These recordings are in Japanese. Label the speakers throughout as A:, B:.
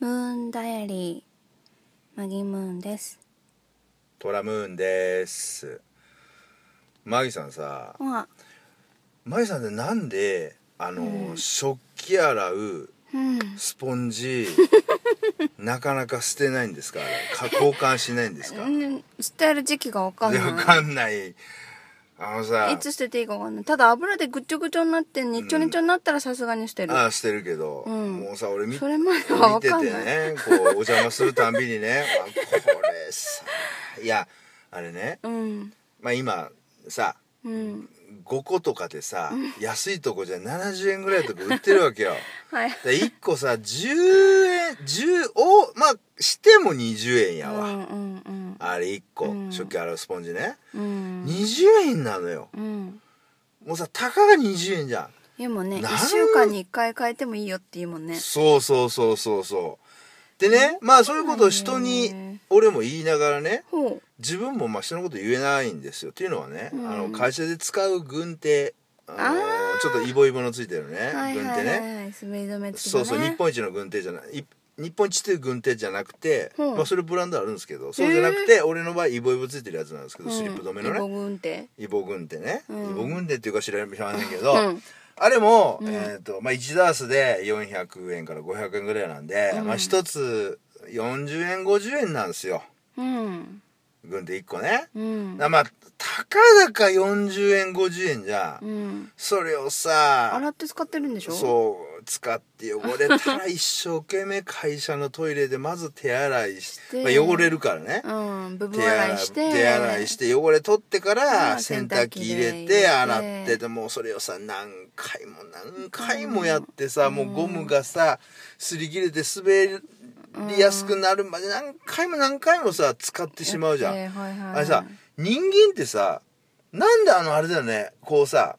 A: ダイアリーマギムーンです
B: トラムーンですマギさんさ
A: わ
B: マギさんってなんであの、
A: うん
B: 食器洗う
A: うん
B: スポ ンジなかなか捨てないんですかあれか交換しないんですかい
A: うん捨てる時期がわかん
B: やわ
A: な
B: かんないあのさ
A: いいつ捨てていいかわかんないただ油でぐっちょぐちょになってねっちょねっちょになったらさすがに捨てる、
B: ああしてるけど、
A: うん
B: もうさ俺見
A: それまではわ
B: 見て
A: かん
B: て
A: ない
B: ねこうお邪魔するたんびにねあこれさいやあれね
A: うん
B: まあ今さ
A: うん
B: 5個とかでさ、安いとこじゃ70円ぐらいのとか売ってる わけよ
A: はい
B: で1個さ10円10をまあしても20円
A: う
B: やわ、
A: んうんうん
B: あれ1個、
A: うん
B: 食器洗うスポンジね
A: うん
B: 20円なのよ
A: うん
B: もうさたかが20円じゃ
A: でもね
B: な
A: 一
B: ん
A: 週間に一回変えてもいいよっていうもん
B: ん
A: ね
B: そうそうそうそうそうでねまあそういうことを人に俺も言いながらね
A: ほ
B: 自分もまあ人のこと言えないんですよっていうのはね、
A: うん
B: あの会社で使う軍手あの
A: あー
B: ちょっとイボイボのついてるね、
A: うはい
B: 軍
A: は
B: 手
A: い
B: ね、
A: はいはい滑り止めつき
B: そ
A: の
B: う
A: ね
B: そう日本一の軍手じゃないい日本一という軍手じゃなくて、
A: うん
B: まあ、それブランドあるんですけどそうじゃなくて、俺の場合イボイボついてるやつなんですけど、
A: うん
B: スリップ止め
A: リボ
B: のね
A: 軍手
B: イボ軍手ね、
A: うん
B: イボ軍手っていうか知ら知らないけど、
A: うん
B: あれも、
A: うん
B: えーとまあ、1ダースで400円から500円ぐらいなんで、
A: うん
B: まあ、1つ40円50円なんですよ
A: うん
B: 軍手1個ね。
A: うん
B: だまあたかだか40円50円じゃ、
A: うん
B: それをさ
A: 洗って使ってるんでしょ
B: そう使って汚れたら一生懸命会社のトイレでまず手洗いし
A: して
B: まあ、汚れるからね、
A: うん部分
B: 手
A: 洗
B: 洗
A: い
B: い
A: して
B: 手洗いして汚れ取ってか
A: う
B: ら
A: ん
B: 洗濯機入れ
A: 洗濯機で入れて
B: て洗ってでもうそれをさ何回も何回もやってさ、もうゴムがさ擦り切れて滑りやすくなるまで何回も何回もさ使ってしまうじゃん。
A: やってはいはいはい
B: あれさ人間ってさなんであのあれだよねこうさ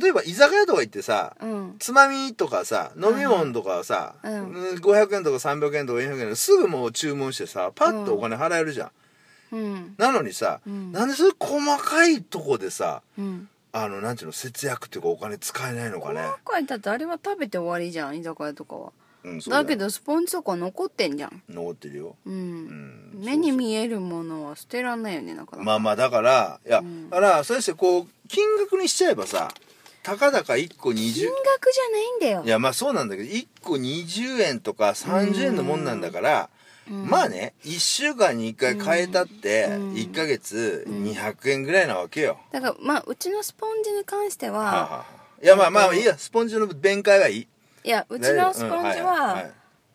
B: 例えば居酒屋とか行ってさ
A: うん
B: つまみとかさ飲み物とかさ、
A: うん
B: うん500円とか300円とか400円とかすぐもう注文してさパッとお金払えるじゃん、
A: うん
B: なのにさ、
A: うん
B: なんでそういう細かいとこでさ
A: うん
B: あのなんていうの節約っていうかお金使えないのかね、
A: 今回だってあれは食べて終わりじゃん居酒屋とかは
B: うん、そう
A: だ
B: よ
A: けどスポンジとか残ってんじゃん
B: 残ってるよ、
A: う
B: うんん、
A: 目に見えるものは捨てらんないよねだから
B: まあまあだからいや、
A: うん
B: だからそうですよこう金額にしちゃえばさたかだか1個20
A: 金額じゃないん
B: い
A: だよ
B: やまあそうなんだけど1個20円とか30円のもんなんだから、
A: うん
B: まあね1週間に1回変えたって
A: うん
B: 1ヶ月
A: うん
B: 200円ぐらいなわけよ。
A: だからまあうちのスポンジに関して
B: はあはあ
A: は
B: はあいやまあまあいいやスポンジの弁解はいい。
A: いやうちのスポンジ
B: うんはい
A: は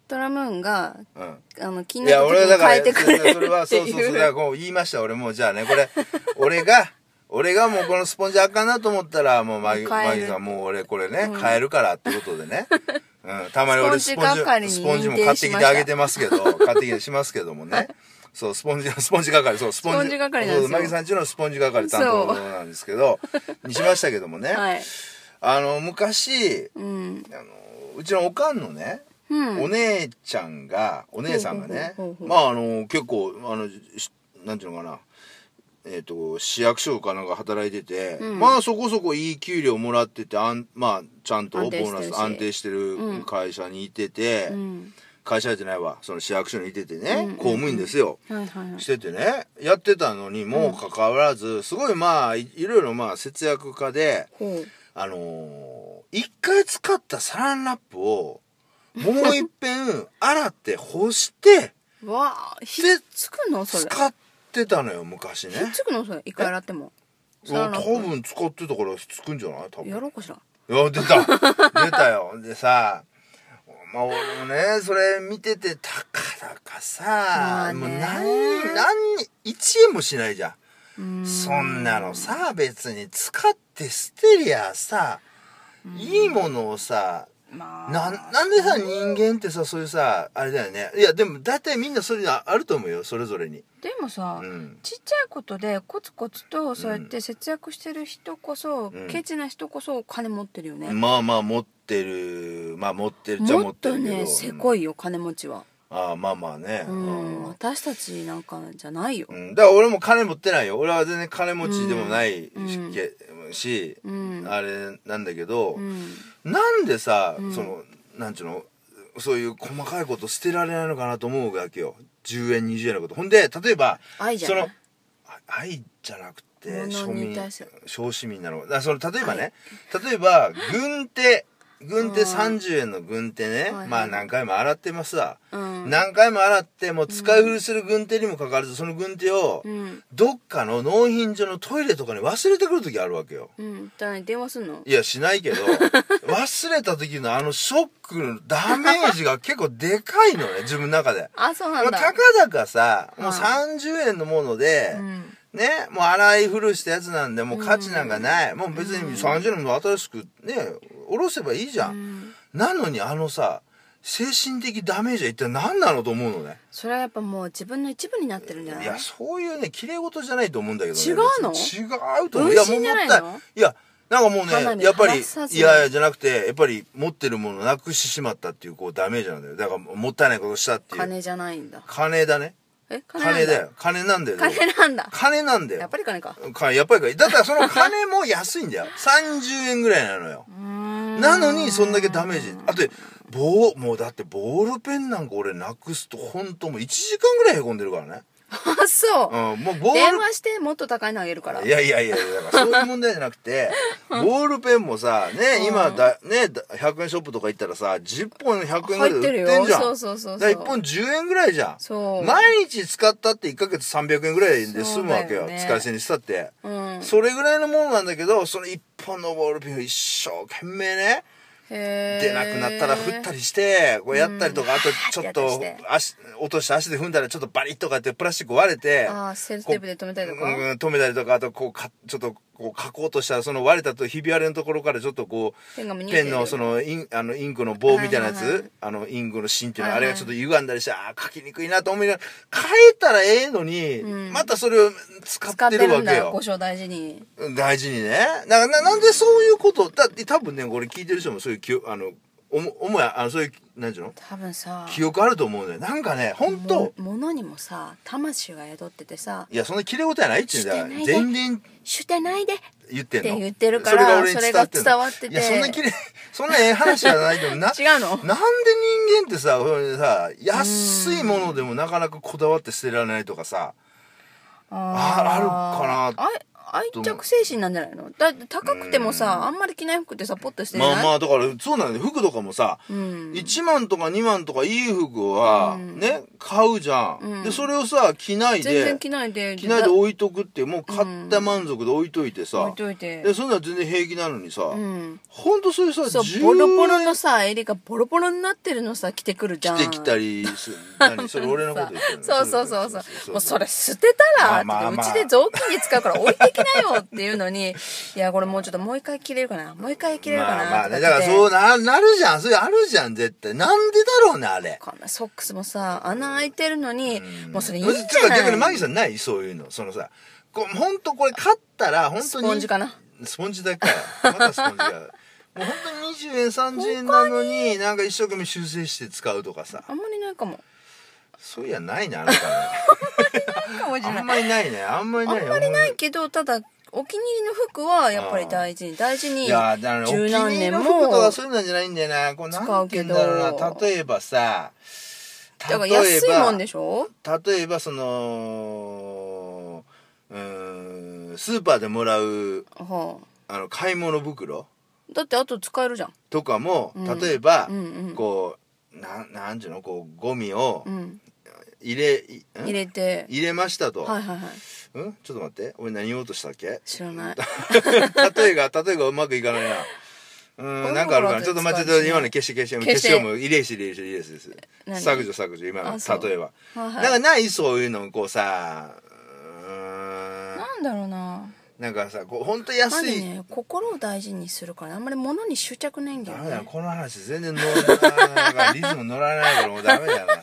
A: トラムーンが
B: はいうん
A: あの金
B: いや
A: 額的
B: 俺はだ
A: に
B: か
A: 変え
B: ら
A: てくれる
B: それは
A: っ
B: そ
A: て
B: うそうそうだか
A: い
B: ら
A: う
B: こう言いました俺もうじゃあねこれ俺が俺がもうこのスポンジあかんなと思ったらもうマギ
A: 変える
B: マギさんもう俺こ れね、変えるからってことでね、うん、たまに俺ス
A: ス
B: ポ
A: ポンジ
B: ン
A: 係
B: ジ
A: に
B: スポンジも買ってきてあげてますけど買ってきてしますけどもねそうスポンジ スポンジ係そうスポンジ
A: スポンジ係なんですよ
B: そうマギさんちのスポンジ係担当なんですけどにしましたけどもね、
A: はい
B: あの昔
A: うん
B: あのうちのおかんのね
A: うん
B: お姉ちゃんがお姉さんがね
A: ほうほうほうほう
B: まああの結構あのしなんていうのかなえっ、と市役所かなんか働いてて、
A: うん
B: まあそこそこいい給料もらっててあんまあちゃんとボ
A: 安定して
B: ー
A: る
B: ナ
A: し
B: ス安定してる
A: うん
B: 会社にいてて、
A: うん
B: 会社じゃないわその市役所にいててね、
A: うん
B: 公務員ですよ、
A: はいはいはい
B: しててねやってたのにもかかわらずすごいまあいいろいろまあ節約家で。
A: ほう
B: あのー、一回使ったサランラップを、もう一遍洗って干して、
A: わあひっ
B: で
A: つくの それ
B: 使ってたのよ、昔ね
A: ひ。っつくのそれ一回洗っても
B: う
A: サラ
B: ん
A: ンラッ
B: 多
A: プ
B: 分使ってたからつくんじゃない多分。い
A: やろうかしら
B: や、出た 出たよ。でさ、まあ俺もね、それ見てて、たかだか
A: ま
B: さ
A: あ、ね
B: もう何、何、1円もしないじゃん。
A: うーん
B: そんなのさ別に使って捨てりゃさいいものをさ
A: まあ
B: なんなんでさ人間ってさそういうさあれだよねいやでも大体みんなそれああると思うよそれぞれに
A: でもさ、
B: うん
A: ちっちゃいことでコツコツとそうやって節約してる人こそ、
B: うん
A: ケチな人こそお金持ってるよね、
B: まあまあ持ってるまあ持ってるっちゃ
A: も
B: 持
A: っ
B: って
A: と
B: るけど
A: ねせこいよ金持ちは、
B: うんああまあまあね
A: うん、私たちなんかじゃないよ
B: うんだから俺も金持ってないよ俺は全然金持ちでもない
A: うん
B: けし、
A: うん
B: あれなんだけど、
A: うん
B: なんでさ、
A: ん
B: そのなんちゅうのそういう細かいこと捨てられないのかなと思うわけよ10円20円のことほんで例えば
A: 愛じゃない
B: そのあ愛じゃなくて
A: 物
B: 庶
A: に
B: 民
A: 対する
B: 小市民なのだからその例えばね、例えば軍手軍手30円の軍手ね、
A: はい
B: まあ何回も洗ってますわ、
A: うん
B: 何回も洗ってもう使い古する軍手にもかかわらずその軍手を
A: うん
B: どっかの納品所のトイレとかに忘れてくる時あるわけよ
A: うんだから電話すんの
B: いやしない けど忘れた時のあのショックのダメージが結構でかいの ね自分の中で
A: あそうな
B: も
A: ん
B: う
A: だ
B: たかだかさもう
A: は
B: 30円のもので、
A: うん
B: ねもう洗い古したやつなんでもう価値なんかない、もう別に30円の新しくね下ろせばいいじゃん、
A: うん
B: なのにあのさ精神的ダメージは一体何なのと思うのね
A: それはやっぱもう自分の一部になってるんじゃない
B: いやそういうね綺麗事じゃないと思うんだけど、ね、
A: 違うの
B: 別に違うと思う
A: 分身じゃないい
B: やも
A: の
B: うもったいいやなんかもう
A: 花
B: ね
A: に
B: やっぱり
A: 花さず
B: いやいやじゃなくてやっぱり持ってるものなくしてしまったっていうこうダメージなんだよだからもったいないことしたっていう
A: 金じゃないんだ
B: 金だね
A: え金なん
B: 金だよ金なんだよ
A: 金なんだ
B: 金なんだ
A: やっ
B: よ
A: ぱり金か
B: かやっぱりかだからその金も安いんだよ30円ぐらいなのよな
A: な
B: のにそんだけダメージあとボーもうだってボールペンなんか俺なくすと本当もう1時間ぐらいへこんでるからね
A: あそう、
B: うんもうボールペン
A: 電話してもっと高いのあげるから
B: いやいやいやだからそういう問題じゃなくてボールペンもさね今だねだ100円ショップとか行ったらさ10本100円ぐらい
A: 入
B: で
A: ってる
B: 売ってん
A: よ
B: じゃん
A: そうそうそうそう
B: だから1本10円ぐらいじゃん
A: そう
B: 毎日使ったって1ヶ月300円ぐらいで済むわけ
A: そ
B: よ
A: うだよね
B: 使い捨てにしたって、
A: うん
B: それぐらいのものなんだけどその1本のボールペンを一生懸命ね
A: へー
B: 出なくなったら振ったりしてこうやったりとか、あとちょっ
A: や
B: と
A: ったりして
B: 足落として足で踏んだらちょっとバリッとかってプラスチック割れて
A: あーセルテープで止めたりとか
B: うん止めたりとかあとこうかちょっとこう書こうとしたらその割れたとひび割れのところからちょっとこう
A: ペンが見えて
B: ペ
A: る
B: ンのそのインあのインクの棒みたいなやつ、
A: はいはいはい
B: あのインクの芯っていうのはあ
A: はい
B: れ
A: はい
B: がちょっと歪んだりして、ああ書きにくいなと思いながら変えたらええのに、
A: うん
B: またそれを使
A: 使っ
B: って
A: て
B: る
A: る
B: わ
A: ん
B: け
A: だ
B: よ
A: 故障大事に
B: 大事にねだからななんでそういうことだって多分ねこれ聞いてる人もそういう記憶あのおもおもやあのそういうなんていうの
A: 多分さ
B: 記憶あると思うねなんかね本当
A: も物にもさ魂が宿っててさ
B: いやそんな綺麗事やないっちゅうんだよ
A: してないね
B: 全然
A: 「してないで」
B: 言ってん
A: っ
B: の
A: て言ってるから
B: にんの
A: それが伝わってて
B: いや そんな綺麗そんなええ話じゃないけど な
A: 違うの
B: なんで人間ってさそれでさ安いものでもなかなかこだわって捨てられないとかさああるかな
A: あ愛着精神なんじゃないのだって高くてもさあんまり着ない服ってさポッとしてない
B: まあまあだからそうなんだよ服とかもさ、
A: うん
B: 1万とか2万とかいい服はね、買うじゃん、
A: うん
B: でそれをさ着ない
A: 全
B: で
A: 然着ないで
B: 着ないで
A: だ
B: 置いとくってもう買った満足で置いといてさ、
A: 置いといて
B: でそんなの全然平気なのにさ、
A: うん
B: ほんとそういうさ
A: そう
B: 10
A: ボロボロのさ襟がボロボロになってるのさ着てくるじゃん
B: 着てきたりする何それ俺のこと言ってるの
A: そうそうそうそうもうそれ捨てたら、
B: まあまあまあ
A: ってうちで雑巾に使うから置いてきなよっていうのに いやこれもうちょっともう一回着れるかなもう一回着れるかな
B: まあまあね
A: とか
B: だか
A: っ
B: ら
A: て
B: そうななるじゃんそれあるじゃん絶対なんでだろうねあれ
A: こんなソックスもさ穴開いてるのに、もうそれいいん
B: む
A: じ
B: ず
A: ゃ
B: つうか
A: ない
B: 逆にマギさんないそういうのそのさこう本当これ買ったら本当
A: ス
B: に
A: ポンジかな
B: スポンジだけかまたスポ ンジかもう本当に20円30円なのになんか一生懸命修正して使うとかさ
A: あんまりないかも
B: そういやないねあなたね
A: かもしれない
B: あんまりないねあんまりない
A: あんまりないけどただお気に入りの服はやっぱり大事に大事に
B: いやだからねお
A: 十
B: 気に
A: 何
B: 入り
A: 年
B: の
A: も
B: 服とかそういうのじゃないんだよなこうなんて言うんだろ
A: 使
B: うな
A: うけど
B: 例えばさ
A: だから安いもんで
B: し
A: しょ
B: ょ例えばそのうーんスーパーでもらう
A: は
B: あの買い物袋
A: あ、だってあと使えるじゃん
B: とかも、
A: うん
B: 例えば、
A: うんうん
B: こうなんなんていうのこうゴミを
A: うん
B: 入れ、いん
A: 入れて
B: 入れましたと、
A: はいはいはい
B: うんちょっと待って俺何言おうとしたっけ
A: 知らない
B: 例えが例えがうまくいかないな
A: ゴ
B: う
A: ミ
B: んなんかあるかな
A: 袋
B: ちょっと待って
A: 使
B: ち
A: うしね
B: ょっと今の消して消して
A: 消
B: 消
A: して
B: してよもう入れし入れし入れしです
A: 何
B: 削除削除今の
A: あそう
B: 例えば
A: はい
B: なん
A: は
B: か
A: い
B: ないそういうのこうさうーん
A: なんだろうな
B: なんかさこうほんと
A: やっぱ
B: 安
A: り
B: い、
A: ね心を大事にするからあんまり物に執着ないんだ
B: ダ
A: よ
B: メだよ
A: ね
B: この話全然乗らないなんかリズム乗らないからもうダメだよな